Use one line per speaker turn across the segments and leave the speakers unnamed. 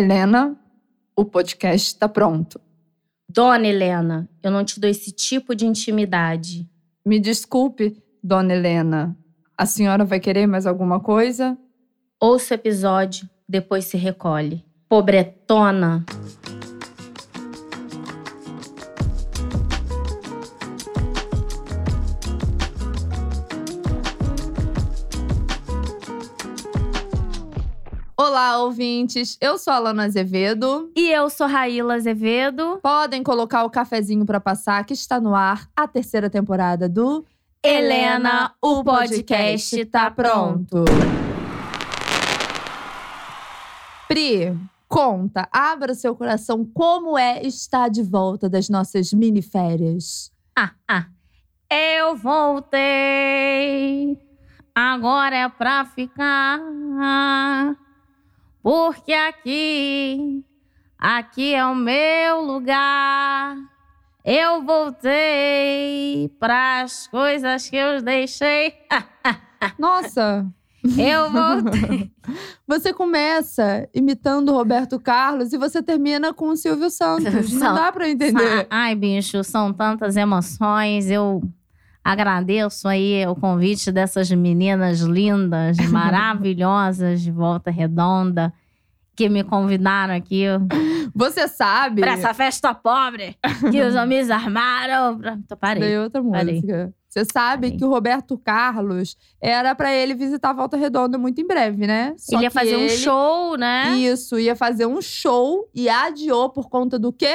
Helena, o podcast está pronto.
Dona Helena, eu não te dou esse tipo de intimidade.
Me desculpe, dona Helena. A senhora vai querer mais alguma coisa?
Ouça o episódio, depois se recolhe. Pobretona!
Olá, ouvintes. Eu sou a Alana Azevedo.
E eu sou Raíla Azevedo.
Podem colocar o cafezinho para passar, que está no ar a terceira temporada do
Helena, o podcast tá pronto.
Pri, conta, abra seu coração como é estar de volta das nossas mini férias.
Ah, ah. Eu voltei, agora é pra ficar. Porque aqui, aqui é o meu lugar. Eu voltei pras coisas que eu deixei. Ah.
Nossa,
Eu voltei.
você começa imitando o Roberto Carlos e você termina com o Silvio Santos. Não dá pra entender.
Ai, bicho, são tantas emoções. Eu agradeço aí o convite dessas meninas lindas, maravilhosas de Volta Redonda, que me convidaram aqui
Você sabe.
para essa festa pobre que os homens armaram. pra- Tô parei.
Daí é outra
Parei.
música. Você sabe
Parei.
que o Roberto Carlos era pra ele visitar a Volta Redonda muito em breve, né? Só
ele ia
que
fazer um
ele-
show, né?
Isso, ia fazer um show e adiou por conta do quê?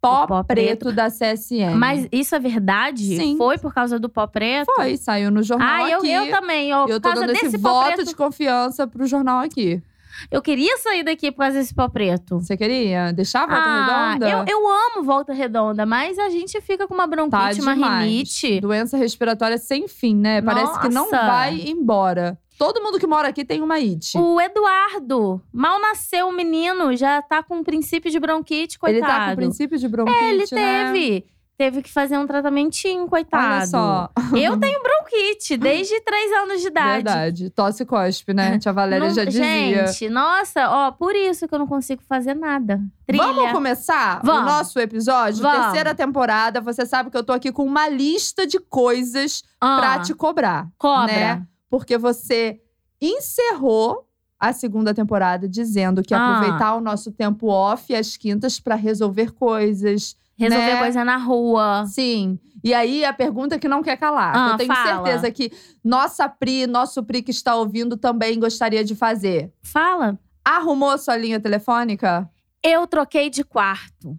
Pó,
Do pó
preto, da CSN.
Mas isso é verdade?
Sim.
Foi por causa do pó preto?
foi, saiu no jornal
Ah, eu,
aqui.
eu também. ó,
Eu
por
tô
causa
dando
desse
esse
pó
voto
preto.
de confiança pro jornal aqui.
Eu queria sair daqui por causa desse pó preto.
Você queria deixar a Volta Redonda?
Ah, Eu, eu amo Volta Redonda, mas a gente fica com uma
Tá
bronquite, uma
demais.
rinite.
Doença respiratória sem fim, né? Parece que não
Nossa. Uh,
vai embora. Todo mundo que mora aqui tem uma IT.
O Eduardo, mal nasceu o menino, já tá com princípio de bronquite,
Ele
coitado.
tá com princípio de bronquite,
É, ele
né?
teve. Teve que fazer um tratamentinho, coitado.
Olha só.
Eu tenho bronquite desde 3 anos de idade.
Verdade. Tosse e cospe, né? Tia Valéria
Não-
já dizia.
Gente, nossa, ó, por isso que eu não consigo fazer nada. Trilha.
Vamos começar o
Vamos.
nosso episódio,
Vamos.
terceira temporada. Você sabe que eu tô aqui com uma lista de coisas
ah,
pra te cobrar.
cobra.
né? Porque você encerrou a segunda temporada dizendo que ia
Ah.
aproveitar o nosso tempo off às quintas pra resolver coisas.
Resolver
né?
coisa na rua.
Sim. E aí a pergunta é que não quer calar.
Ah,
eu tenho
fala.
certeza que nossa Pri, nosso Pri que está ouvindo também gostaria de fazer.
Fala.
Arrumou sua linha telefônica?
Eu troquei de quarto.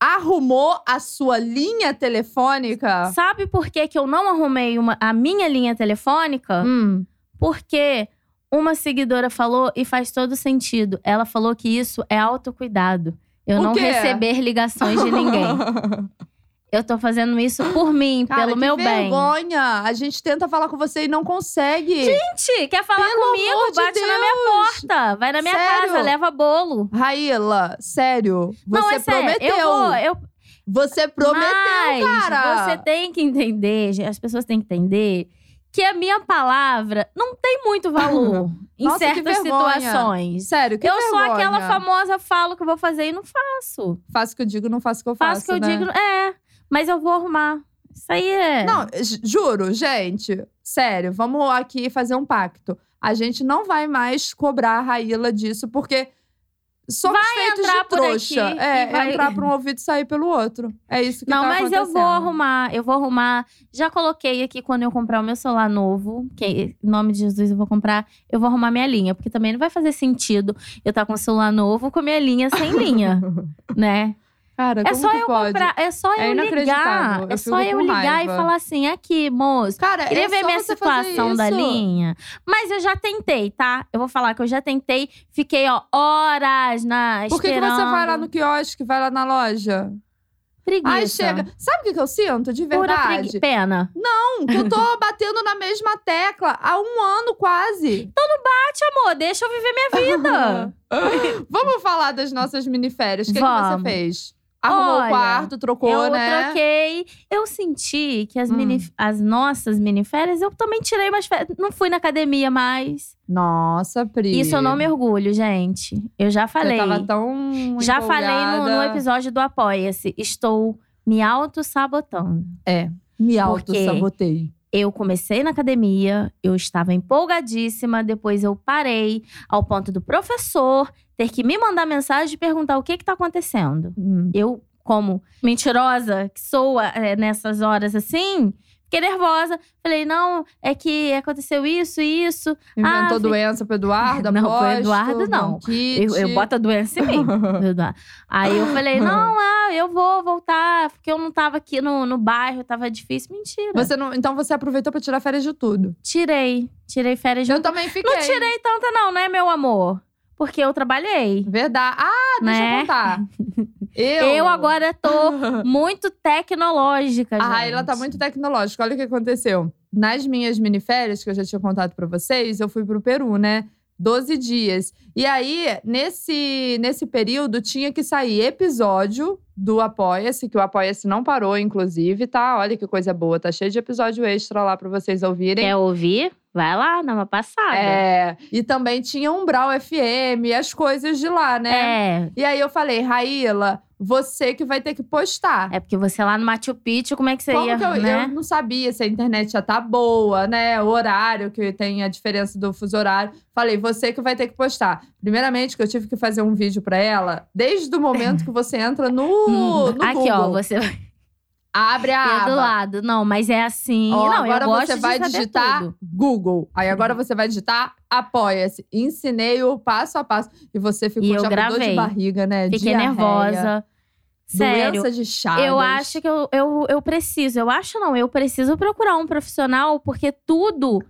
Arrumou a sua linha telefônica?
Sabe por que, que eu não arrumei uma- a minha linha telefônica?
Hum.
Porque uma seguidora falou, e faz todo sentido, ela falou que isso é autocuidado. Eu
O
não
quê?
receber ligações de ninguém. Eu tô fazendo isso por mim,
Cara,
pelo
que
meu bem.
vergonha. A gente tenta falar com você e não consegue.
Gente, quer falar
Pelo amor
comigo?
de
Bate na minha porta. Vai na minha
Sério?
casa, leva bolo.
Raíla, sério, você
não, é sério.
prometeu.
Eu vou, eu
Você prometeu,
Mas
cara.
Você tem que entender, gente, as pessoas têm que entender que a minha palavra não tem muito valor em
Nossa, que
certas
vergonha.
situações.
Sério, que
eu
vergonha.
sou aquela famosa, falo o que eu vou fazer e não faço.
Faço o que eu digo, não faço o que eu faço,
Faço o que eu
né?
digo, é, mas eu vou arrumar. Isso aí é.
Não, j- juro, gente, sério, vamos aqui fazer um pacto. A gente não vai mais cobrar a Raíla disso, porque somos feitos
entrar
de
por
trouxa.
aqui
é,
e vai-
entrar por um ouvido e sair pelo outro. É isso que
Não,
tá
mas eu vou
acontecendo.
arrumar, eu vou arrumar. Já coloquei aqui quando eu comprar o meu celular novo, que em nome de Jesus eu vou comprar, eu vou arrumar minha linha, porque também não vai fazer sentido eu estar com o celular novo com a minha linha sem linha, né?
Cara,
É
como
só
que
eu
pode?
comprar, é só
É
eu
inacreditável.
ligar.
Eu
é
fico
só eu
com
ligar e
raiva.
falar assim: aqui, moço.
Cara,
Queria
é
ver
só
minha
você fazer
situação da
isso.
linha. Mas eu já tentei, tá? Eu vou falar que eu já tentei. Fiquei, ó, horas na
Por que, que
esperando.
você vai lá no quiosque, vai lá na loja?
Preguiça.
Ai, chega. Sabe o que, que eu sinto? De
Pura
verdade.
pregui- Pena.
Não, que eu tô batendo na mesma tecla há um ano quase.
Bate, Ah, amor. Deixa eu viver minha vida.
Vamos falar das nossas miniférias. O que, que você
Vamos.
fez? Arrumou
Olha,
o quarto, trocou,
eu
né?
troquei. Eu senti que as,
Hum.
mini, as nossas miniférias, eu também tirei umas férias. Não fui na academia mais.
Nossa, Pri.
Isso eu não me orgulho, gente. Eu já
Você
falei.
tava tão
já falei no- no,
empolgada.
episódio do Apoia-se. Estou me auto-sabotando.
Me
Porque-
auto-sabotei.
Eu comecei na academia, eu estava empolgadíssima, depois eu parei ao ponto do professor ter que me mandar mensagem e perguntar o que está acontecendo.
Hum.
eu, como mentirosa que sou é, nessas horas assim, fiquei nervosa. Falei, não, é que aconteceu isso e isso.
Inventou
Ah,
doença pro Eduardo,
Não, pro
aposto,
Eduardo, não.
bronquite.
Eu, eu boto a doença em mim. meu Deus. Aí eu falei, não, ah, eu vou voltar, porque eu não tava aqui no, no bairro, tava difícil. Mentira.
Você não, então você aproveitou pra tirar férias de tudo.
Tirei, tirei férias. de um
Eu também fiquei.
Não tirei tanta não, né, meu amor? Porque eu trabalhei,
Verdade. Ah, deixa
né?
eu contar. Eu,
Eu agora tô muito tecnológica, gente.
Ah, ela tá muito tecnológica. Olha o que aconteceu. Nas minhas miniférias, que eu já tinha contado pra vocês, eu fui pro Peru, né? 12 dias. E aí, nesse, nesse período, tinha que sair episódio do Apoia-se, que o Apoia-se não parou, inclusive, tá? Olha que coisa boa, tá cheio de episódio extra lá pra vocês ouvirem.
Quer ouvir? Vai lá, dá uma passada.
É, e também tinha Umbral FM, as coisas de lá, né?
é
E aí eu falei, Raíla, você que vai ter que postar.
É porque você lá no Machu Picchu, como é que você
Como
ia,
que eu,
né?
eu não sabia se a internet já tá boa, né? O horário, que tem a diferença do fuso horário. Falei, você que vai ter que postar. Primeiramente, que eu tive que fazer um vídeo pra ela, desde o momento que você entra no,
Hum,
no
Aqui, ó,
Google.
você vai
Abre a
do
aba.
lado. Não, mas é assim.
Ó,
não,
agora
eu gosto
você
de
vai
saber
digitar
tudo. Uhum.
Google. Aí agora você vai digitar apoia-se. Ensinei o passo a passo. E você ficou
E eu
já com dor de
gravei.
barriga, né?
Fiquei
Diarreia,
nervosa. Sério.
Doença de Chagas.
Eu acho que eu, eu, eu preciso. Eu acho não, eu preciso procurar um profissional, porque tudo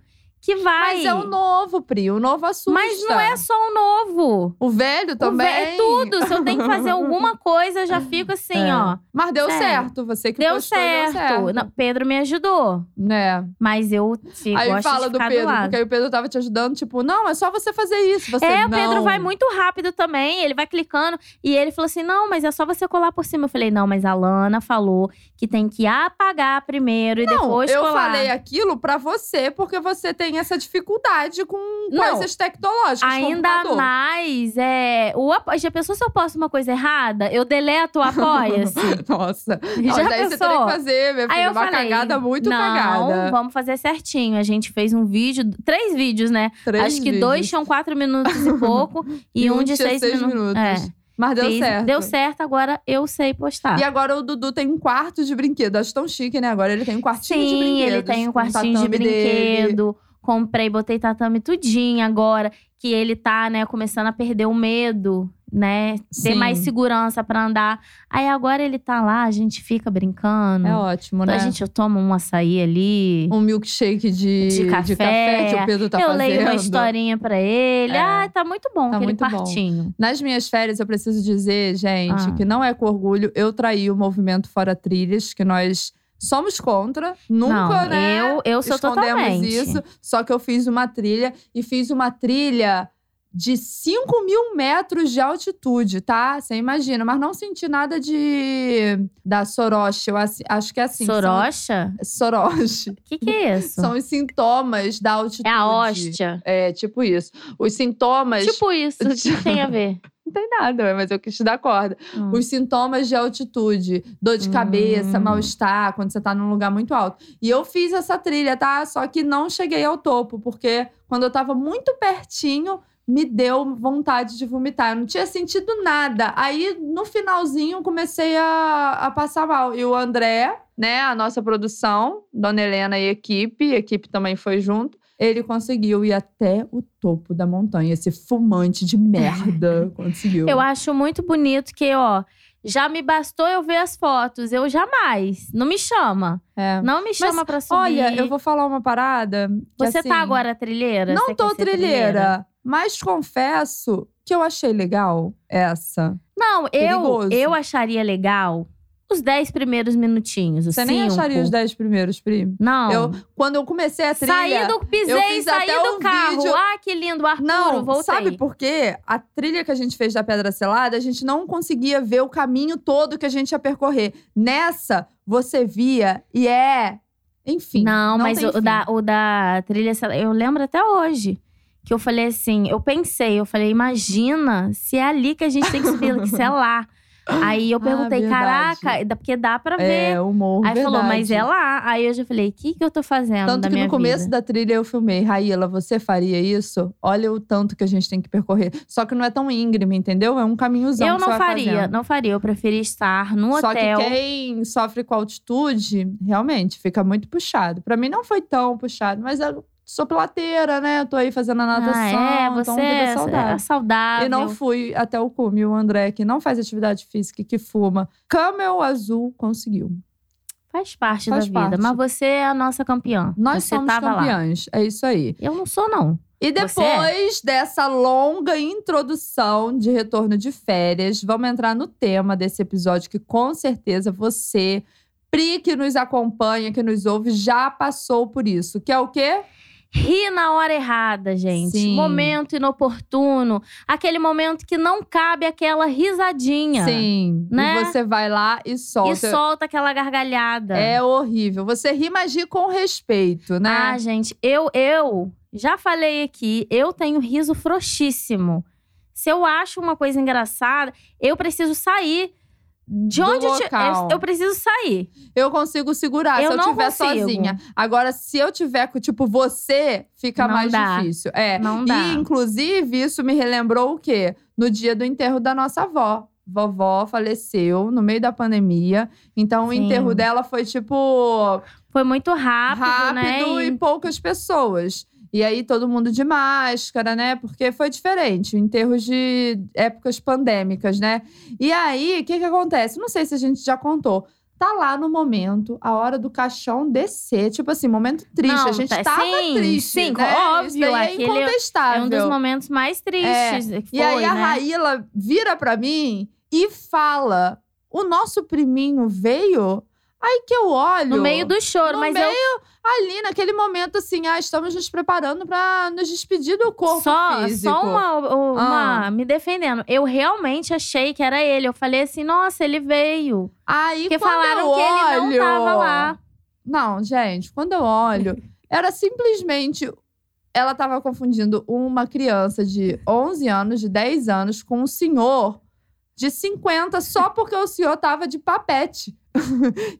que vai.
Mas é o novo, Pri. O novo assusta.
tá Mas não é só o novo.
O velho também.
O ve- é tudo. Se eu tenho que fazer alguma coisa, eu já fico assim,
É.
ó.
Mas deu
Sério.
certo. Você que
Deu
postou,
certo.
deu certo.
Não, Pedro me ajudou.
Né?
Mas eu fico,
Aí
gosto
fala
de
do
ficar
Pedro,
lado.
porque aí o Pedro tava te ajudando, tipo, não, é só você fazer isso. Você
É, o
não.
Pedro vai muito rápido também, ele vai clicando. E ele falou assim: não, mas é só você colar por cima. Eu falei: não, mas a Lana falou que tem que apagar primeiro e
Não,
depois
eu
colar.
falei aquilo pra você, porque você tem essa dificuldade com
Não.
coisas tecnológicas.
Ainda
computador.
mais, é. O, apo- já pensou se eu posto uma coisa errada? Eu deleto o apoia-se.
Nossa.
assim. já
Mas aí você teria que
pensou?
fazer, minha
Aí
filha.
eu
Uma
falei,
cagada muito
não,
cagada.
vamos fazer certinho. A gente fez um vídeo, três vídeos, né?
Três
Acho que
vídeos.
dois tinham quatro minutos e pouco e, um de
tinha
seis,
minutos.
É.
Mas deu
Fiz-
certo.
Deu certo, agora eu sei postar.
E agora o Dudu tem um quarto de brinquedo. Acho tão chique, né? Agora ele tem um quartinho de
Sim,
brinquedo.
ele tem um quartinho de brinquedo. Comprei, botei tatame tudinho agora. Que ele tá, né, começando a perder o medo, né? Ter
Sim.
mais segurança pra andar. Aí agora ele tá lá, a gente fica brincando. Então,
É ótimo, né?
a gente toma um açaí ali.
Um milkshake de,
De café.
que o Pedro tá
eu
fazendo.
leio uma historinha pra ele.
É.
Ah, tá muito bom
Tá
aquele
muito bom.
quartinho.
Nas minhas férias, eu preciso dizer, gente,
Ah.
que não é com orgulho. Eu traí o movimento Fora Trilhas, que nós somos contra. Nunca,
Não,
né?
eu, eu sou
escondemos
totalmente.
isso. Só que eu fiz uma trilha e fiz uma trilha de 5 mil metros de altitude, tá? Você imagina, mas não senti nada de. da Soroche. Eu assi- acho que é assim.
Sorocha?
são- Soroche.
O que, que é isso?
São os sintomas da altitude.
É a hóstia.
É, tipo isso. Os sintomas.
Tipo isso, o que tem a ver?
Não tem nada, mas eu quis te dar corda.
Hum.
Os sintomas de altitude, dor de
Hum.
cabeça, mal-estar, quando você tá num lugar muito alto. E eu fiz essa trilha, tá? Só que não cheguei ao topo, porque quando eu tava muito pertinho, me deu vontade de vomitar. Eu não tinha sentido nada. Aí, no finalzinho, eu comecei a, a passar mal. E o André, né, a nossa produção, Dona Helena e equipe, a equipe também foi junto. Ele conseguiu ir até o topo da montanha. Esse fumante de merda conseguiu.
Eu acho muito bonito que, ó, já me bastou eu ver as fotos. Eu jamais. Não me chama.
É.
Não me chama pra subir.
Olha, eu vou falar uma parada. que,
Você
assim,
tá agora trilheira?
Não
Você
tô
quer ser
trilheira, mas confesso que eu achei legal essa.
Não, eu,
Perigoso.
eu acharia legal os 10 primeiros minutinhos, os
Você nem
cinco.
acharia os 10 primeiros, Pri.
Não.
Eu, quando eu comecei a trilha.
saí do pisei,
fiz
saí
até
do
um
carro.
vídeo.
Ah, que lindo, Arthur,
Não,
voltei.
sabe por quê? A trilha que a gente fez da Pedra Selada, a gente não conseguia ver o caminho todo que a gente ia percorrer. Nessa, você via e é. Enfim.
Não, mas
tem
o
fim.
da, o da trilha, sel- eu lembro até hoje. Que eu falei assim, eu pensei, eu falei, imagina se é ali que a gente tem que subir, que se é lá. Aí eu
Ah,
perguntei,
verdade.
caraca, dá- porque dá pra ver.
É, o morro.
Aí falou, mas é
verdade.
lá. Aí eu já falei, o que, que eu tô fazendo
Tanto
É um da
que
minha
no começo
vida?
da trilha eu filmei, Raíla, você faria isso? Olha o tanto que a gente tem que percorrer. Só que não é tão íngreme, entendeu? É um caminhozão.
Eu
que você
não
vai
faria,
fazendo.
não faria. Eu preferia estar num
Só
hotel.
que quem sofre com altitude, realmente, fica muito puxado. Pra mim não foi tão puxado, mas eu sou pilateira, né? Eu tô aí fazendo a natação,
ah, é,
então
você
vida
é
saudável.
é saudável.
E não fui até o cume. O André, que não faz atividade física e que fuma. Camel azul conseguiu.
Faz parte
Faz
da
parte.
vida. Mas você é a nossa campeã.
Nós
você
somos
tava lá.
campeãs. É isso aí.
Eu não sou, não.
E
Você é?
depois dessa longa introdução de retorno de férias, vamos entrar no tema desse episódio que com certeza você, Pri, que nos acompanha, que nos ouve, já passou por isso. Que é o quê?
Ri na hora errada, gente.
Sim.
Momento inoportuno. Aquele momento que não cabe aquela risadinha.
Sim. E
Né?
você vai lá e solta.
E solta aquela gargalhada.
É horrível. Você ri, mas ri com respeito, né?
Ah, gente, eu, eu já falei aqui, eu tenho riso frouxíssimo. Se eu acho uma coisa engraçada, eu preciso sair. De
Do
onde eu, ti-
local.
eu, eu preciso sair.
Eu consigo segurar
Eu
se eu
não
tiver
consigo.
sozinha. Agora, se eu tiver com, tipo, você, fica
Não
mais
dá.
difícil. É.
Não dá.
E, inclusive, isso me relembrou o quê? No dia do enterro da nossa avó. Vovó faleceu no meio da pandemia. Então, o
Sim.
enterro dela foi, tipo,
Foi muito rápido,
rápido,
né?
e poucas pessoas. E aí, todo mundo de máscara, né? Porque foi diferente, em termos de épocas pandêmicas, né? E aí, o que que acontece? Não sei se a gente já contou. Tá lá no momento, a hora do caixão descer. Tipo assim, momento triste.
Não,
a gente
tá-
tava
sim,
triste,
sim,
né? Isso
óbvio,
daí é
aquele é um dos
incontestável.
É um dos momentos mais tristes. que
É. E aí
foi,
a
né?
Raíla vira pra mim e fala: O nosso priminho veio? Aí que eu olho.
No meio do choro,
No
mas
meio,
eu
ali naquele momento, assim, ah, estamos nos preparando pra nos despedir do corpo
só,
físico.
só uma, o- uma-
Ah.
me defendendo. Eu realmente achei que era ele. Eu falei assim, nossa, ele veio.
Aí
Porque
quando eu
falaram que
olho...
ele não tava lá.
Não, gente, quando eu olho, era simplesmente. Ela tava confundindo uma criança de 11 anos, de 10 anos, com um senhor de 50, só porque o senhor tava de papete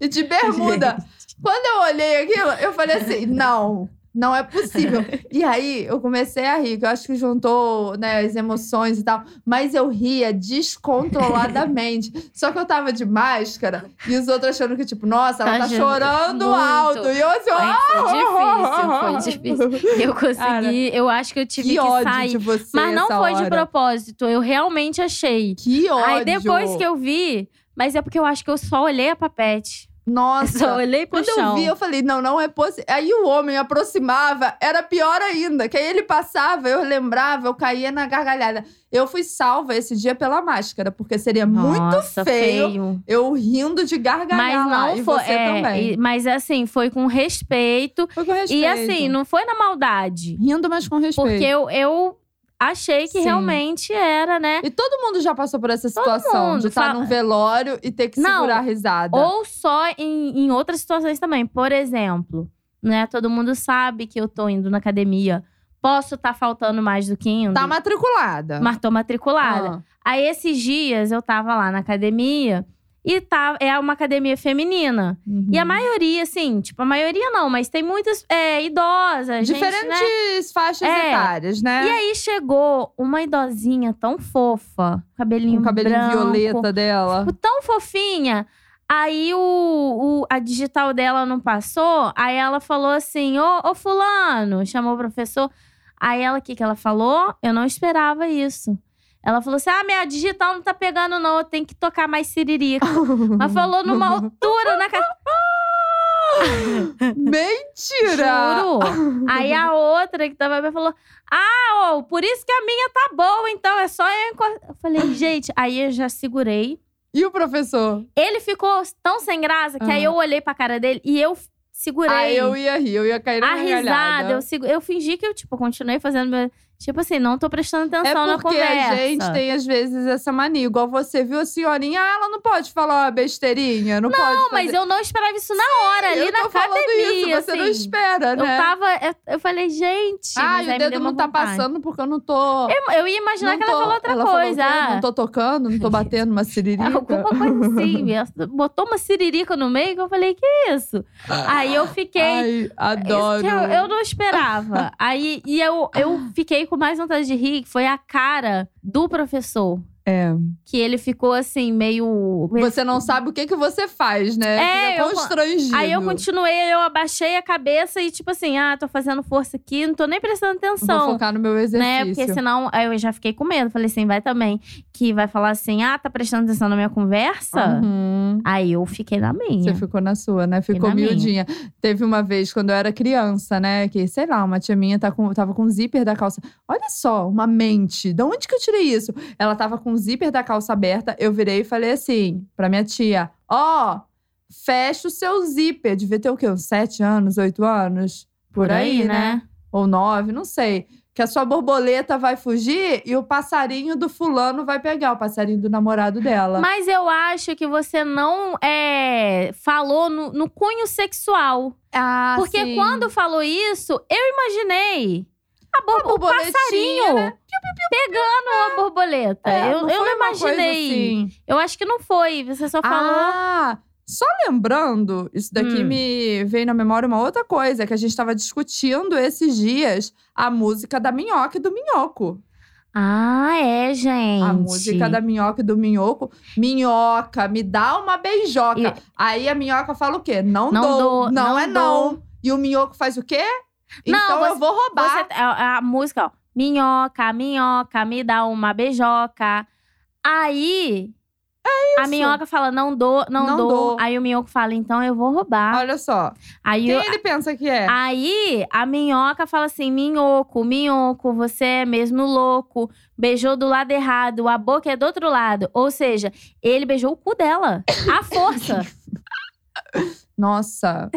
e de bermuda. Quando eu olhei aquilo, eu falei assim: não, não é possível. E aí eu comecei a rir, que eu acho que juntou né, as emoções e tal. Mas eu ria descontroladamente. Só que eu tava de máscara e os outros achando que, tipo, nossa, ela
Tá
tá
achando
chorando
muito.
alto. E eu assim,
Ai,
ah,
foi difícil, foi difícil. Eu consegui,
Cara,
eu acho que eu tive que,
que ódio
sair.
de você.
mas não
essa
foi de
hora.
propósito, eu realmente achei.
Que ódio.
Aí depois que eu vi, mas é porque eu acho que eu só olhei a papete. Só
Nossa.
olhei pro
Quando
chão.
eu vi, eu falei, não, não é possível. Aí o homem aproximava, era pior ainda. Que aí ele passava, eu lembrava, eu caía na gargalhada. Eu fui salva esse dia pela máscara, porque seria muito
Nossa,
feio.
feio.
eu rindo de gargalhada.
Mas não
e
foi.
você
é,
também.
e- mas assim, foi com respeito.
Foi com respeito.
E assim, não foi na maldade.
Rindo, mas com respeito.
Porque eu, eu achei que
Sim.
realmente era, né?
E todo mundo já passou por essa situação
mundo
de estar
fala-
num velório e ter que
Não.
segurar a risada.
Ou só em, em outras situações também. Por exemplo, né? Todo mundo sabe que eu tô indo na academia. Posso estar faltando mais do que indo.
Tá matriculada.
mas tô matriculada.
Ah,
Aí esses dias eu tava lá na academia e tá, é uma academia feminina.
uhum.
E a maioria, assim, tipo, a maioria não, mas tem muitas é, idosas, gente, né?
Diferentes faixas
É.
etárias, né?
E aí chegou uma idosinha tão fofa, cabelinho
Com o cabelinho
é branco,
violeta dela.
tipo, tão fofinha. Aí o, o- a digital dela não passou, aí ela falou assim, ô, ô fulano, chamou o professor. Aí ela, o que que ela falou? Eu não esperava isso. Ela falou assim, ah, minha digital não tá pegando não, eu tenho que tocar mais siririca. Mas falou numa altura, na cara.
Mentira!
Juro. Aí a outra que tava bem falou: Ah, ô, por isso que a minha tá boa, então é só eu encostar. Eu falei, gente, aí eu já segurei
E o professor?
Ele ficou tão sem graça que
Aham.
aí eu olhei pra cara dele e eu segurei.
Aí eu ia rir, eu ia cair na
a risada,
gargalhada.
eu, sigo, eu fingi que eu, tipo, continuei fazendo meu. Tipo assim, não tô prestando
É
atenção na
porque
conversa.
a gente tem, às vezes, essa mania. Igual você viu a senhorinha, ah, ela não pode falar uma besteirinha, não, pode
Não, mas eu não esperava isso na hora, ali
eu
na
tô falando
academia.
isso, você não
assim.
espera,
Eu
né?
tava. Eu, eu falei, gente.
ah, e o
mas aí me
dedo
deu
não
uma
tá
vontade.
passando porque eu não tô.
Eu, eu ia imaginar
não
que
tô-
ela falou outra
falou
coisa.
que eu
ah,
não tô tocando, não tô batendo uma siririca.
Alguma coisa assim. ela Botou uma siririca no meio que eu falei, que isso? Aí eu fiquei.
Ah, Ai,
Isso
adoro.
que eu, eu não esperava. Aí, e eu, eu fiquei com mais vontade de rir, que foi a cara do professor.
É.
Que ele ficou assim, meio.
Você não sabe o que que você faz, né?
É,
Fica
eu-
constrangido.
Aí eu continuei, eu abaixei a cabeça e, tipo assim, ah, tô fazendo força aqui, não tô nem prestando atenção.
Vou focar no meu
né?
exercício.
Porque senão aí eu já fiquei com medo. Falei assim, vai também. Que vai falar assim, ah, tá prestando atenção na minha conversa?
Uhum.
Aí eu fiquei na minha.
Você ficou na sua, né? Ficou
na minha.
miudinha. Teve uma vez, quando eu era criança, né? Que, sei lá, uma tia minha tá com, tava com o zíper da calça. Olha só, uma mente. Da onde que eu tirei isso? Ela tava com o zíper da calça aberta. Eu virei e falei assim pra minha tia: Ó, fecha o seu zíper. Devia ter o quê? Uns sete anos, oito anos? Por, aí, né? Ou nove, não sei. Que a sua borboleta vai fugir e o passarinho do fulano vai pegar, o passarinho do namorado dela.
Mas eu acho que você não é, falou no, no cunho sexual.
Ah,
porque
sim.
quando falou isso, eu imaginei a
A
borbo- o
borboletinha,
passarinho
né?
pegando a borboleta.
tá. É,
eu eu não
foi uma coisa
imaginei.
assim.
Eu acho que não foi. Você só falou.
Ah, só lembrando, isso daqui
Hum.
me veio na memória uma outra coisa, que a gente tava discutindo esses dias a música da minhoca e do minhoco.
Ah, é, gente.
A música da minhoca e do minhoco. Minhoca, me dá uma beijoca.
E-
Aí a minhoca fala o quê? Não,
Não
dou,
dou,
não,
não
é não. E o minhoco faz o quê?
Não,
então eu
você-
vou roubar.
Você- a, a música, ó. Minhoca, minhoca, me dá uma beijoca. Aí. A minhoca fala, não dou, não,
É Não
dou.
dou.
Aí o minhoco fala, então eu vou roubar.
Olha só.
Aí,
Quem
eu-
ele pensa que é?
aí a minhoca fala assim: minhoco, minhoco, você é mesmo louco. Beijou do lado errado, a boca é do outro lado. Ou seja, ele beijou o cu dela. A força.
Nossa.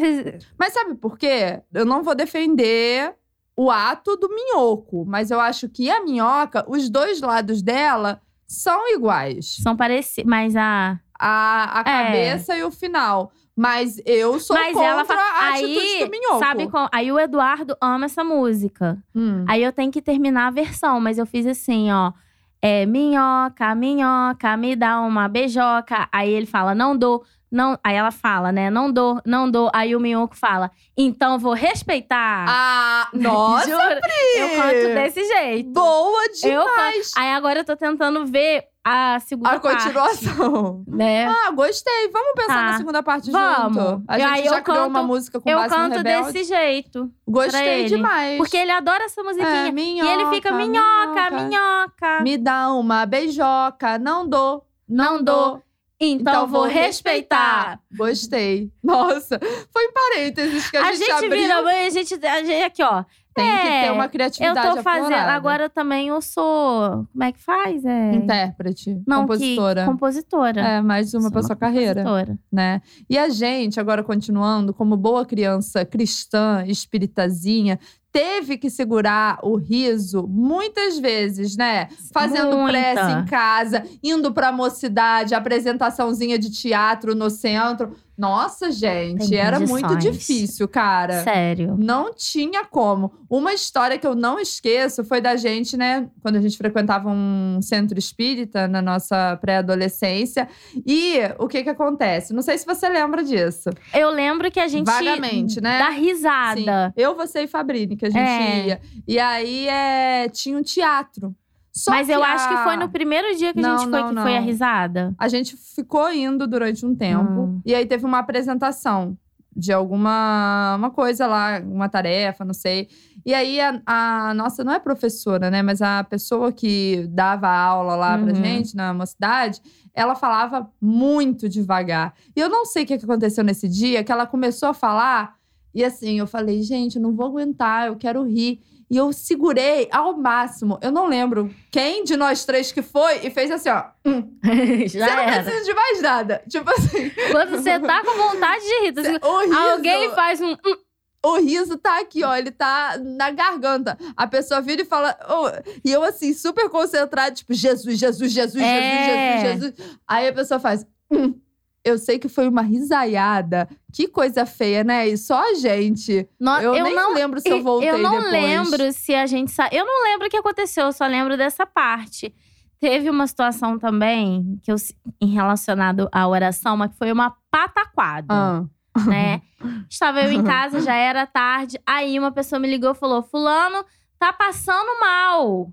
Mas sabe por quê? Eu não vou defender o ato do minhoco, mas eu acho que a minhoca, os dois lados dela são iguais.
São parecidos. Mas a.
A, a cabeça e o final. Mas eu sou
É. Mas
contra
ela fa-
a
aí,
atitude do minhoco.
Sabe qual? Aí o Eduardo ama essa música.
Hum.
Aí eu tenho que terminar a versão, mas eu fiz assim, ó. É, minhoca, minhoca, me dá uma beijoca. Aí ele fala, não dou, não. Aí ela fala, né? Não dou, não dou. Aí o minhoco fala, então vou respeitar.
Ah, nossa!
Juro, Eu canto desse jeito.
Boa
Eu canto.
demais!
Aí agora eu tô tentando ver a segunda
A
parte.
continuação.
Né?
Ah, gostei. Vamos pensar
Tá.
na segunda parte
Vamos.
junto. A
E
gente
aí
já
eu
criou
canto-
uma música com
eu
base no
canto
Rebelde.
desse jeito. pra
Gostei
ele.
demais.
Porque ele adora essa
é,
musiquinha.
minhoca,
e ele fica, minhoca, minhoca.
Me dá uma beijoca, não dou, não,
Não dou.
dou.
Então, vou respeitar.
Gostei. Nossa, foi em parênteses que a,
A gente,
abriu.
vira mãe, a gente, a gente aqui, ó.
Tem
é,
que ter uma
Eu
criatividade
tô fazendo.
aflorada.
Agora eu também eu sou. Como é que faz? É.
Intérprete,
não, que-
Então, compositora.
compositora.
É, mais uma
Sou
pra
uma
sua carreira,
Compositora.
né? E a gente, agora continuando, como boa criança cristã, espiritazinha, teve que segurar o riso muitas vezes, né? fazendo assim,
Muita.
prece em casa, indo pra mocidade, apresentaçãozinha de teatro no centro. Nossa, gente,
Tem
era
condições.
muito difícil, cara.
Sério.
Não tinha como. Uma história que eu não esqueço foi da gente, né? Quando a gente frequentava um centro espírita na nossa pré-adolescência. E o que que acontece? Não sei se você lembra disso.
Eu lembro que a gente.
Vagamente, né?
Dá risada.
Sim. Eu, você e Fabrini, que a gente
É.
ia. E aí é, tinha um teatro. Só
Mas eu acho que
a-
foi no primeiro dia que a
Não,
gente foi
não,
que foi a
não.
risada.
A gente ficou indo durante um tempo.
Hum.
E aí teve uma apresentação de alguma uma coisa lá, uma tarefa, não sei. E aí a, a nossa, não é professora, né? Mas a pessoa que dava aula lá pra
Uhum.
gente na mocidade, ela falava muito devagar. E eu não sei o que que aconteceu nesse dia, que ela começou a falar. E assim, eu falei, gente, eu não vou aguentar, eu quero rir. E eu segurei ao máximo. Eu não lembro quem de nós três que foi e fez assim, ó. Hum,
Já
você não
era.
precisa de mais nada. Tipo assim.
Quando você tá com vontade de rir, tá assim,
O riso,
alguém faz um. "Hum",
o riso tá aqui, ó. Ele tá na garganta. A pessoa vira e fala. "Ô", e eu, assim, super concentrada, tipo, Jesus, Jesus, Jesus,
É.
Jesus, Jesus, Jesus. Aí a pessoa faz. "Hum". Eu sei que foi uma risaiada. Que coisa feia, né? E só a gente.
No-
Eu, nem
não
lembro se eu voltei
Eu não
depois.
lembro se a gente. Sa... Eu não lembro o que aconteceu, eu só lembro dessa parte. Teve uma situação também que eu se- em relacionado à oração, mas que foi uma pataquada,
Ah.
né? Estava eu em casa, já era tarde. Aí uma pessoa me ligou e falou: "Fulano, tá passando mal.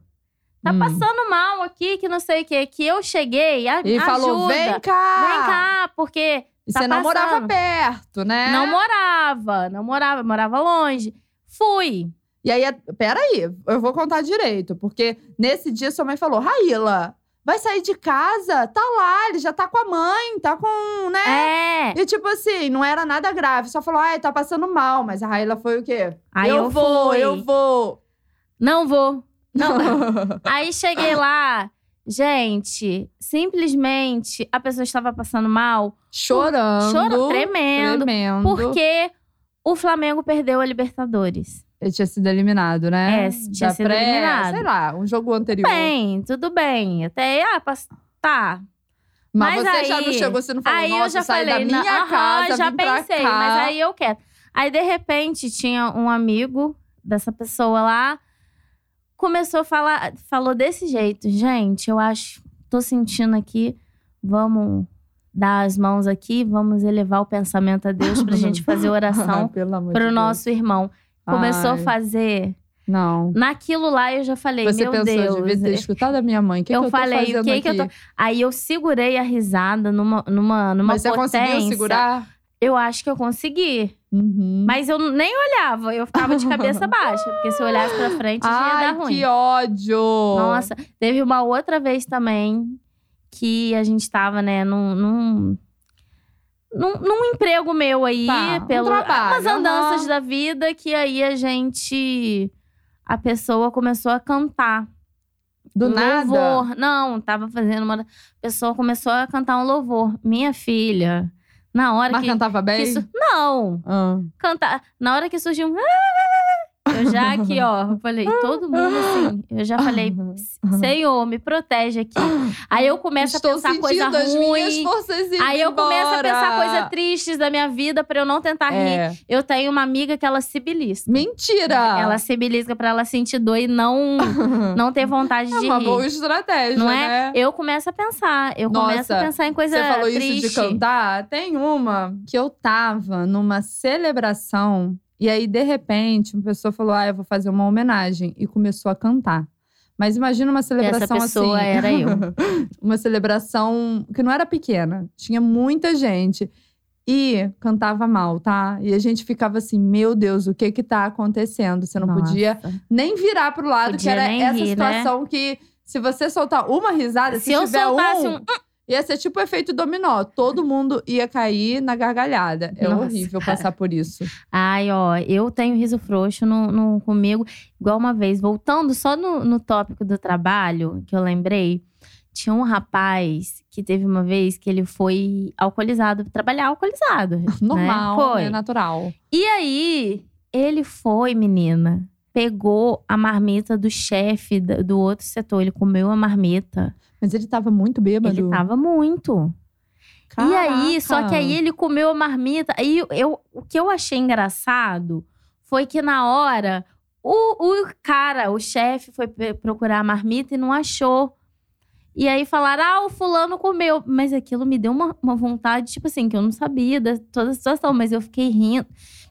Tá
Hum.
passando mal aqui, que não sei o quê, que eu cheguei, a,
E falou:
ajuda.
vem cá!
Vem cá, porque
E
tá
você não morava
passando.
perto, né?
não morava, não morava, morava longe. Fui.
E aí, peraí, eu vou contar direito, porque nesse dia sua mãe falou: Raíla, vai sair de casa? Tá lá, ele já tá com a mãe, tá com, né?
É.
E tipo assim, não era nada grave, só falou: ai, tá passando mal. Mas a Raíla foi o quê?
Aí eu,
vou,
fui.
eu vou.
Não vou.
Não.
Aí cheguei lá, gente, simplesmente a pessoa estava passando mal,
Chorando.
chorando, tremendo,
Tremendo.
porque o Flamengo perdeu a Libertadores.
Ele tinha sido eliminado, né?
É, tinha
Da
sido
pré,
eliminado.
Sei lá, um jogo anterior.
Bem, tudo bem. Até ah, pass... tá.
Mas,
Mas
você já
aí-
não chegou, você não falou,
aí
nossa,
eu já
saí
falei,
da minha
não, aham,
casa,
já
vim pra
pensei,
cá.
mas aí eu quero. Aí de repente tinha um amigo dessa pessoa lá começou a falar, falou desse jeito, gente, eu acho, tô sentindo aqui, vamos dar as mãos aqui, vamos elevar o pensamento a Deus pra gente fazer
Ai,
oração
pelo amor de
pro
Deus.
nosso irmão. Começou
Ai,
a fazer.
Não.
Naquilo lá eu já falei,
Você
meu
pensou,
Deus. é
devia ter escutado a minha mãe. O que,
Eu
que eu
falei,
tô
o
fazendo
que
aqui?
que eu tô- Aí eu segurei a risada numa numa numa
Mas você
potência.
conseguiu segurar?
Eu acho que eu consegui.
Uhum.
Mas eu nem olhava, eu ficava de cabeça baixa, porque se eu olhasse pra frente já ia
Ai,
dar ruim.
que ódio!
Nossa, teve uma outra vez também que a gente tava, né, num. num num, num emprego meu aí,
Tá, um
pelo
trabalho,
umas andanças
aham.
da vida que aí a gente a pessoa começou a cantar
Do
um
nada?
Louvor. Não, tava fazendo uma a pessoa começou a cantar um louvor. Minha filha, na hora
Mas
que,
cantava
que
bem?
isso não,
Ah.
cantar. Na hora que surgiu um. "Ah", Eu já aqui, ó, falei, todo mundo assim. Eu já falei, Senhor, me protege aqui. Aí eu começo
Estou
a pensar
sentindo
coisa
as minhas
ruim.
forças indo
Aí eu começo a pensar
embora.
coisa tristes da minha vida pra eu não tentar rir.
É.
Eu tenho uma amiga que ela se belisca.
Mentira!
Ela se belisca pra ela sentir dor e não, não ter vontade
é
de
uma
rir.
boa estratégia,
não
né?
é? Eu começo a pensar. Eu começo a
Nossa,
pensar em coisa
Você falou isso
triste.
de cantar? Tem uma que eu tava numa celebração e aí, de repente, uma pessoa falou: Ah, eu vou fazer uma homenagem. E começou a cantar. Mas imagina uma celebração
Essa pessoa
assim.
era eu.
uma celebração que não era pequena, tinha muita gente. E cantava mal, tá? E a gente ficava assim: Meu Deus, o que que tá acontecendo? Você não podia
Nossa.
nem virar pro lado,
Podia
que era
nem
essa
rir, né?
situação que se você soltar uma risada, se,
Se eu
tiver
soltasse
um,
um
ia ser tipo o efeito dominó. Todo mundo ia cair na gargalhada. É
Nossa, Né?
horrível
cara.
passar por isso.
Ai, ó, eu tenho riso frouxo no, no- comigo. Igual uma vez, voltando só no, no tópico do trabalho, que eu lembrei, tinha um rapaz que teve uma vez que ele foi alcoolizado, trabalhar alcoolizado. Né?
Normal,
Foi.
é natural.
E aí, ele foi, menina, pegou a marmita do chefe da- do outro setor, ele comeu a marmita.
Mas ele tava muito bêbado.
Ele tava muito. E aí, só que
Caraca.
aí ele comeu a marmita. Aí eu, o que eu achei engraçado foi que na hora o, o cara, o chefe, foi pe- procurar a marmita e não achou. E aí falaram, ah, o fulano comeu. Mas aquilo me deu uma, uma vontade, tipo assim, que eu não sabia da toda a situação, mas eu fiquei rindo.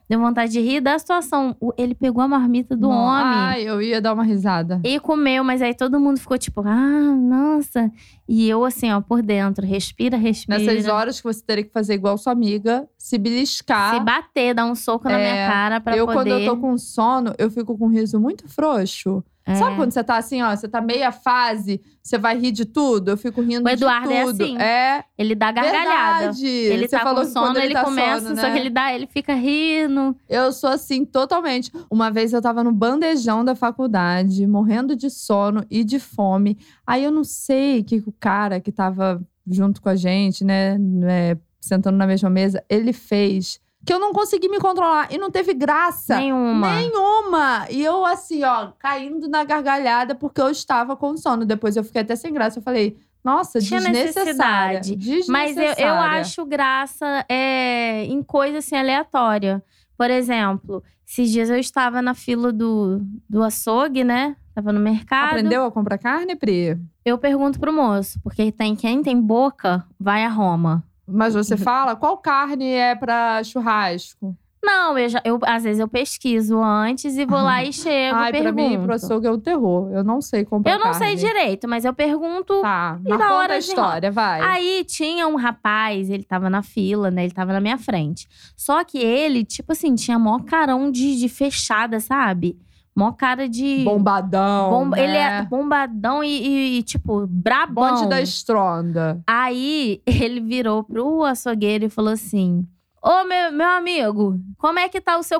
Deu vontade de rir da situação. O- ele pegou a marmita do
Não.
homem.
Ai, eu ia dar uma risada.
E comeu, mas aí todo mundo ficou tipo, ah, nossa. E eu assim, ó, por dentro, respira, respira.
Nessas horas que você teria que fazer igual sua amiga, se beliscar.
Se bater, dar um soco na
É,
minha cara pra
eu,
poder.
quando eu tô com sono, eu fico com um riso muito frouxo.
É.
Sabe quando você tá assim, ó, você tá meia fase, você vai rir de tudo? Eu fico rindo
O
de
Eduardo é
tudo.
assim.
É,
Ele dá gargalhada.
verdade.
Ele
você
tá
falou
com
que quando
sono, ele,
tá
começa,
sono, né?
só que ele dá, ele fica rindo.
Eu sou assim totalmente. Uma vez eu tava no bandejão da faculdade, morrendo de sono e de fome. Aí eu não sei que o cara que tava junto com a gente, né, né, sentando na mesma mesa, ele fez que eu não consegui me controlar e não teve graça.
Nenhuma.
Nenhuma! E eu, assim, ó, caindo na gargalhada porque eu estava com sono. Depois eu fiquei até sem graça. Eu falei, nossa,
Tinha
desnecessária.
necessidade.
desnecessária.
Mas eu, eu acho graça é, em coisa assim aleatória. Por exemplo, esses dias eu estava na fila do, do açougue, né? Tava no mercado.
Aprendeu a comprar carne, Pri?
Eu pergunto pro moço, porque tem quem tem boca, vai a Roma.
Mas você fala qual carne é pra churrasco?
Não, eu, já, eu às vezes eu pesquiso antes e vou lá e chego.
Ai, pra
pergunto.
mim, pro açougue é o terror. Eu não sei comprar
É eu não
carne.
sei direito, mas eu pergunto.
Tá,
E
mas
na
conta
hora assim,
a
de
história, vai.
Aí tinha um rapaz, ele tava na fila, né? Ele tava na minha frente. Só que ele, tipo assim, tinha mó carão de, de fechada, sabe? Mó cara de.
Bombadão,
Bomba-
né?
Ele é bombadão e, e- e, tipo, brabão.
Bonde da estronda.
Aí ele virou pro açougueiro e falou assim: Ô meu, meu amigo, como é que tá o seu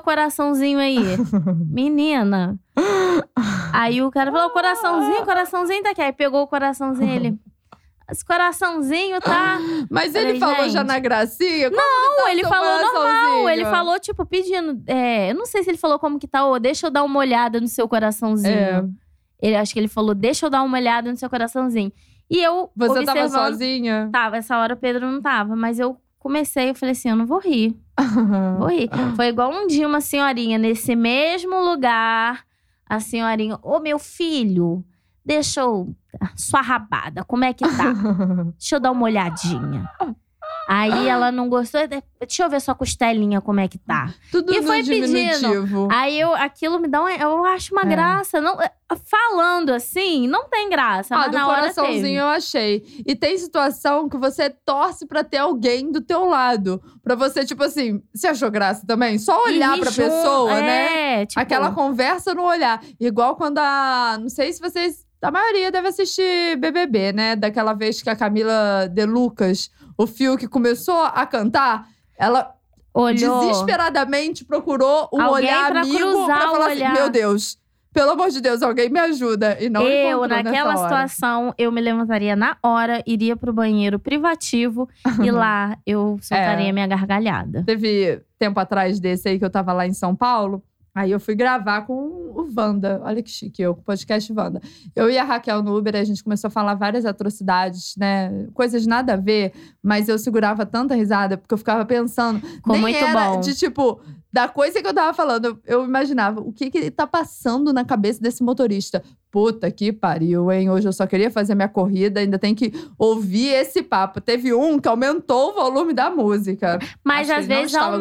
coraçãozinho aí? Menina. Aí o cara falou: "O coraçãozinho, coraçãozinho tá aqui. Aí pegou o coraçãozinho ele. Esse coraçãozinho tá.
Mas
Falei,
ele falou já
gente.
na gracinha? Como tá
Não, ele
seu
falou normal.
coraçãozinho?
Ele falou, tipo, pedindo. é, eu não sei se ele falou como que tá, ô, deixa eu dar uma olhada no seu coraçãozinho.
É.
Ele, acho que ele falou, deixa eu dar uma olhada no seu coraçãozinho. E eu.
Você
observando,
tava sozinha?
Tava, essa hora o Pedro não tava, mas eu comecei, eu falei assim, eu não vou rir, vou rir.
Ah.
Foi igual um dia uma senhorinha nesse mesmo lugar, a senhorinha, ô meu filho, deixa eu, sua rabada, como é que tá? Deixa eu dar uma olhadinha. Aí ela não gostou, de- deixa eu ver sua costelinha como é que tá.
Tudo
E
no
foi pedindo.
diminutivo.
Aí eu, aquilo me dá, um, eu acho uma
É.
graça, não, eh, falando assim, não tem graça,
Ah,
mas
do
na hora teve.
coraçãozinho eu achei. E tem situação que você torce pra ter alguém do teu lado. Pra você, tipo assim, você achou graça também? Só
E
olhar
ri
pra
junto,
pessoa,
é,
né?
Tipo,
Aquela conversa no olhar. Igual quando a. Não sei se vocês. A maioria deve assistir BBB, né? Daquela vez que a Camila De Lucas, o fio que começou a cantar, ela
olhou.
desesperadamente procurou um
Alguém
olhar
pra
amigo
cruzar
pra
o
falar
olhar.
assim: meu Deus, pelo amor de Deus, alguém me ajuda. E não
eu,
encontrou
naquela
nessa hora.
situação, eu me levantaria na hora, iria pro banheiro privativo e lá eu soltaria
É.
minha gargalhada.
Teve tempo atrás desse aí que eu tava lá em São Paulo. Aí eu fui gravar com o Wanda. Olha que chique, eu, com o podcast Wanda. Eu e a Raquel no Uber, a gente começou a falar várias atrocidades, né? Coisas nada a ver, mas eu segurava tanta risada, porque eu ficava pensando.
Ficou
nem
muito
era
bom.
de tipo, da coisa que eu tava falando, eu, eu imaginava o que que tá passando na cabeça desse motorista. Puta que pariu, hein? Hoje eu só queria fazer minha corrida, ainda tem que ouvir esse papo. Teve um que aumentou o volume da música.
Mas
Acho que
às
ele assim, não
vezes
estava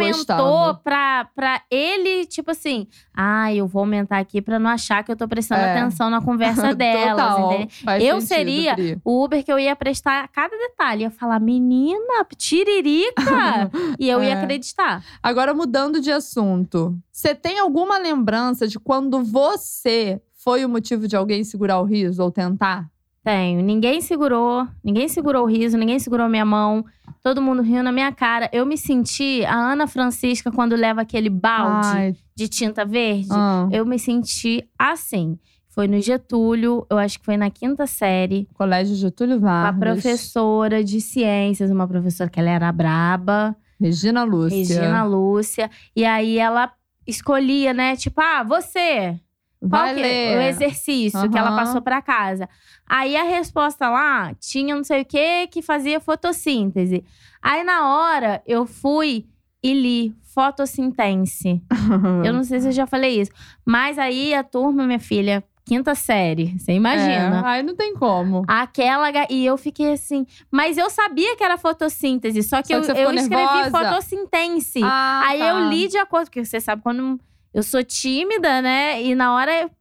aumentou
gostando.
pra, pra ele, tipo assim, ah, eu vou aumentar aqui pra não achar que eu tô prestando
É.
atenção na conversa delas,
Total.
entendeu?
Faz
Eu
sentido,
seria-
Pri.
O Uber que eu ia prestar cada detalhe, ia falar, menina, tiririca! e eu ia
É.
acreditar.
Agora, mudando de assunto. Você tem alguma lembrança de quando você foi o motivo de alguém segurar o riso ou tentar?
Tenho. Ninguém segurou, ninguém segurou o riso, ninguém segurou minha mão. Todo mundo riu na minha cara. Eu me senti a Ana Francisca quando leva aquele balde
Ai,
de tinta verde.
ah,
Eu me senti assim. Foi no Getúlio, eu acho que foi na quinta série.
Colégio Getúlio
Com a
Vargas.
professora de ciências, uma professora que ela era braba,
Regina Lúcia.
Regina Lúcia. E aí ela escolhia, né? Tipo, ah, você, qual
Vai
que é
ler.
o exercício que ela
Aham.
passou pra casa. Aí a resposta lá tinha não sei o que que fazia fotossíntese. Aí na hora eu fui e li fotossintense.
Hum.
Eu não sei se eu já falei isso, mas aí a turma, minha filha, quinta série, você imagina.
É, Aí não tem como.
Aquela. ga- E eu fiquei assim. Mas eu sabia que era fotossíntese, só que,
Só que você
eu,
ficou
eu escrevi
nervosa.
fotossintense.
Ah,
Aí
tá.
eu li de acordo, porque você sabe quando eu sou tímida, né? E na hora eu-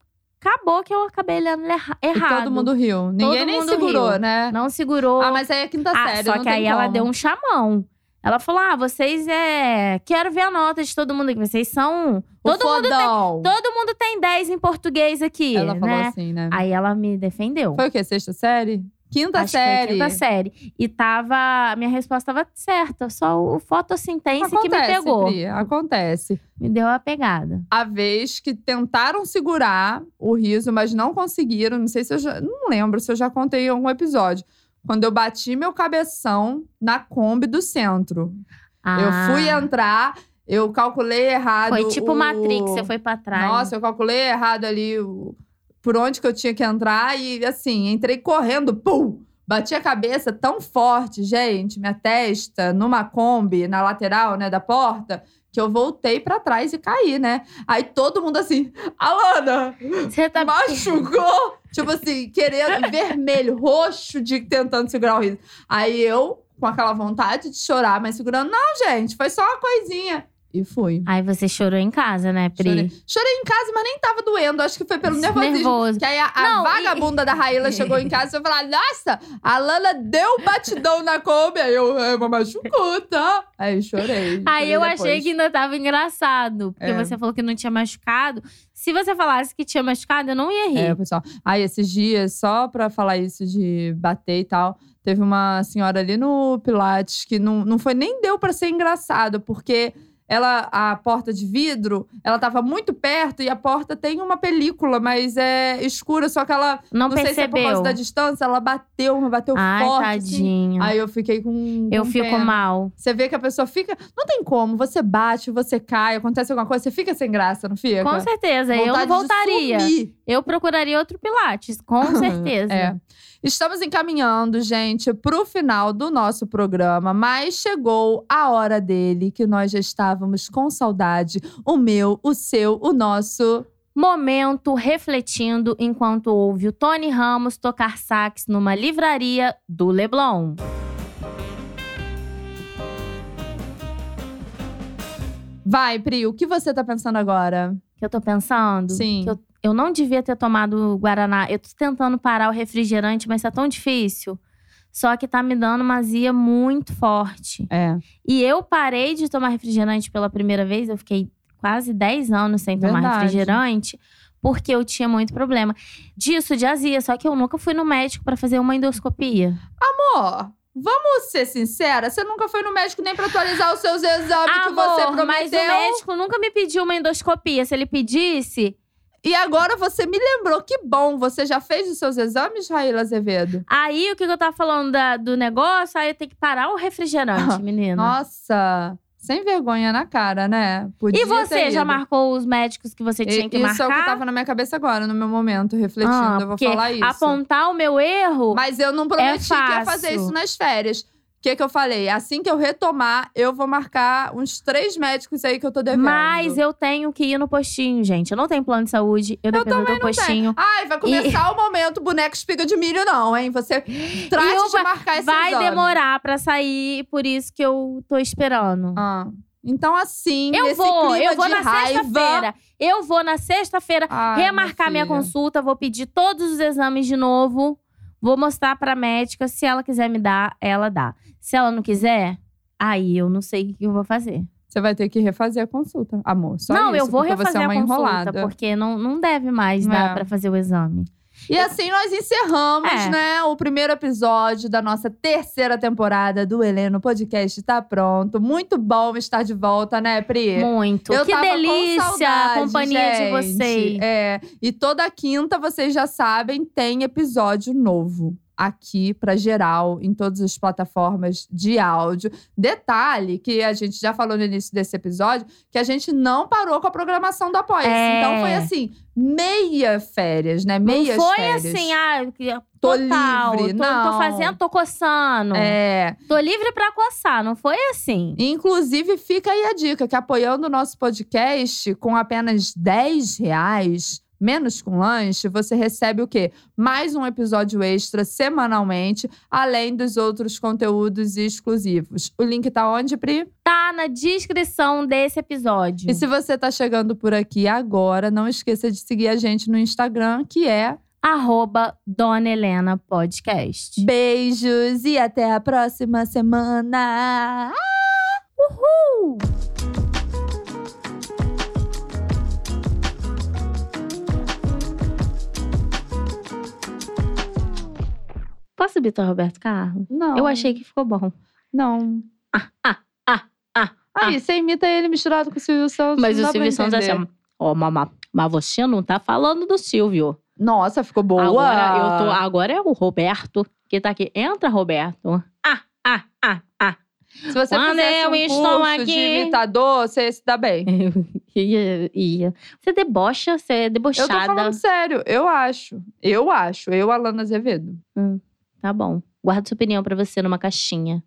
acabou que eu acabei lendo erra-
E
errado.
todo mundo riu. Ninguém nem
mundo
segurou,
riu.
né?
Não segurou.
Ah, mas aí é quinta
Ah,
série,
só
não
que
tem
aí ela
como.
deu um chamão. Ela falou: ah, vocês é. Quero ver a nota de todo mundo aqui. Vocês são.
O
Todo mundo,
fodão.
todo mundo tem 10 em português aqui.
Ela
né?
falou assim, né?
Aí ela me defendeu.
Foi o quê? Sexta série? Quinta
Acho que foi
série.
quinta série. E tava. A minha resposta tava certa. Só o fotossintense que me
Acontece,
pegou.
Pri, acontece.
Me deu a pegada.
A vez que tentaram segurar o riso, mas não conseguiram. Não sei se eu já. Não lembro se eu já contei em algum episódio. Quando eu bati meu cabeção na Kombi do centro. Eu fui
Ah,
entrar, eu calculei errado.
Foi tipo
o...
Matrix, você foi pra trás.
Nossa, eu calculei errado ali o- por onde que eu tinha que entrar e assim, entrei correndo, pum! Bati a cabeça tão forte, gente, minha testa numa Kombi na lateral, né, da porta, que eu voltei pra trás e caí, né? Aí todo mundo assim, Alana,
Você tá
machucou! tipo assim, querendo, vermelho, roxo, de tentando segurar o riso. Aí eu, com aquela vontade de chorar, mas segurando, não, gente, foi só uma coisinha. E fui.
Aí você chorou em casa, né, Pri?
Chorei. Chorei em casa, mas nem tava doendo. Acho que foi pelo nervosismo.
Nervoso.
Que aí a, a
Não, e-
vagabunda da Raíla chegou em casa e falou: Nossa, a Lana deu batidão na Kombi. Aí eu, é uma machucuta. Aí eu chorei.
Aí
chorei
eu
depois.
achei que ainda tava engraçado. Porque
É.
você falou que não tinha machucado. Se você falasse que tinha machucado, eu não ia
É,
rir.
pessoal. Aí, esses dias, só pra falar isso de bater e tal, teve uma senhora ali no Pilates que não, não foi nem deu pra ser engraçado, porque ela, a porta de vidro, ela tava muito perto e a porta tem uma película, mas é escura, só que ela.
não,
Não, sei se é por
percebeu.
causa da distância, ela bateu, mas bateu
Ai,
forte. assim.
tadinho.
Aí eu fiquei com.
eu
com
fico
pena.
mal.
Você vê que a pessoa fica. Não tem como. Você bate, você cai, acontece alguma coisa, você fica sem graça, não fica?
Com certeza. eu
Vontade
não
de
voltaria.
sumir.
Eu procuraria outro Pilates, com certeza.
É. Estamos encaminhando, gente, pro final do nosso programa, mas chegou a hora dele, que nós já estávamos com saudade. O meu, o seu, o nosso.
Momento refletindo enquanto ouve o Tony Ramos tocar sax numa livraria do Leblon.
Vai, Pri, o que você tá pensando agora?
Que eu tô pensando.
Sim.
Que eu, eu não devia ter tomado Guaraná. Eu tô tentando parar o refrigerante, mas tá tão difícil. Só que tá me dando uma azia muito forte.
É.
E eu parei de tomar refrigerante pela primeira vez. Eu fiquei quase 10 anos sem tomar
Verdade.
refrigerante. Porque eu tinha muito problema disso, de azia. Só que eu nunca fui no médico pra fazer uma endoscopia.
Amor, vamos ser sincera, você nunca foi no médico nem pra atualizar os seus exames que você prometeu.
mas o médico nunca me pediu uma endoscopia. Se ele pedisse,
E agora você me lembrou, que bom, você já fez os seus exames, Raíla Azevedo?
aí o que que eu tava falando da- do negócio, aí eu tenho que parar o refrigerante, menina.
Ah, Nossa, sem vergonha na cara, né? Podia
E
ter
você já
ido.
marcou os médicos que você tinha
E-
que
isso é o que
marcar?
tava na minha cabeça agora, no meu momento, refletindo,
Ah,
eu vou
porque
falar isso.
Apontar o meu erro?
Mas eu não prometi que ia
fácil.
fazer isso nas férias. O que, que eu falei? Assim que eu retomar, eu vou marcar uns três médicos aí que eu tô devendo.
Mas eu tenho que ir no postinho, gente. Eu não tenho plano de saúde, eu dependo do postinho.
Ai, vai começar o momento boneco espiga de milho, não, hein? Você trate
eu
de
vai-
marcar esse
Vai
exame.
demorar pra sair, por isso que eu tô esperando.
Ah, então, assim,
eu
nesse
vou,
clima
eu vou
de
na
raiva...
sexta-feira. Eu vou na sexta-feira
Ai,
remarcar minha,
filha.
consulta, vou pedir todos os exames de novo. Vou mostrar pra médica. Se ela quiser me dar, ela dá. Se ela não quiser, aí eu não sei o que eu vou fazer.
Você vai ter que refazer a consulta, amor. Só
não,
isso,
eu vou
porque
refazer
você é
a
uma
consulta,
enrolada.
porque não, não deve mais
É.
dar pra fazer o exame.
E assim nós encerramos,
É.
né? O primeiro episódio da nossa terceira temporada do Heleno Podcast tá pronto. Muito bom estar de volta, né, Pri?
Muito.
Eu
que
tava com
delícia
saudade,
a companhia de
gente.
vocês.
É, e toda quinta, vocês já sabem, tem episódio novo aqui pra geral em todas as plataformas de áudio. Detalhe que a gente já falou no início desse episódio que a gente não parou com a programação do Apoia.
É.
Então foi assim, meia férias, né? Meias
não foi
férias.
assim, ah, eu queria-
Tô
total,
livre,
tô,
não.
tô fazendo, tô coçando.
É,
Tô livre pra coçar, não foi assim.
Inclusive, fica aí a dica que apoiando o nosso podcast com apenas 10 reais, menos com lanche, você recebe o quê? Mais um episódio extra semanalmente, além dos outros conteúdos exclusivos. O link tá onde, Pri?
Tá na descrição desse episódio.
E se você tá chegando por aqui agora, não esqueça de seguir a gente no Instagram, que é
arroba Dona Helena Podcast.
beijos e até a próxima semana. Ah!
Posso imitar Roberto Carlos?
Não.
Eu achei que ficou bom.
Não.
Ah, ah, ah, ah.
Aí, você imita ele misturado com o Silvio Santos.
Mas
não
o
dá pra
Silvio Santos é assim,
entender.
ó, ó, mamá, mas você não tá falando do Silvio.
Nossa, ficou boa.
Agora eu tô. Agora é o Roberto que tá aqui. Entra, Roberto. Ah, ah, ah, ah.
Se você
Quando
fizesse
eu
um
estou
curso de
aqui-
imitador, você ia se dá bem.
ia, ia. Você debocha, você é
Eu tô
debochada.
falando sério, eu acho. Eu acho. Eu, Alana Azevedo.
Tá bom. Guarda sua opinião pra você numa caixinha.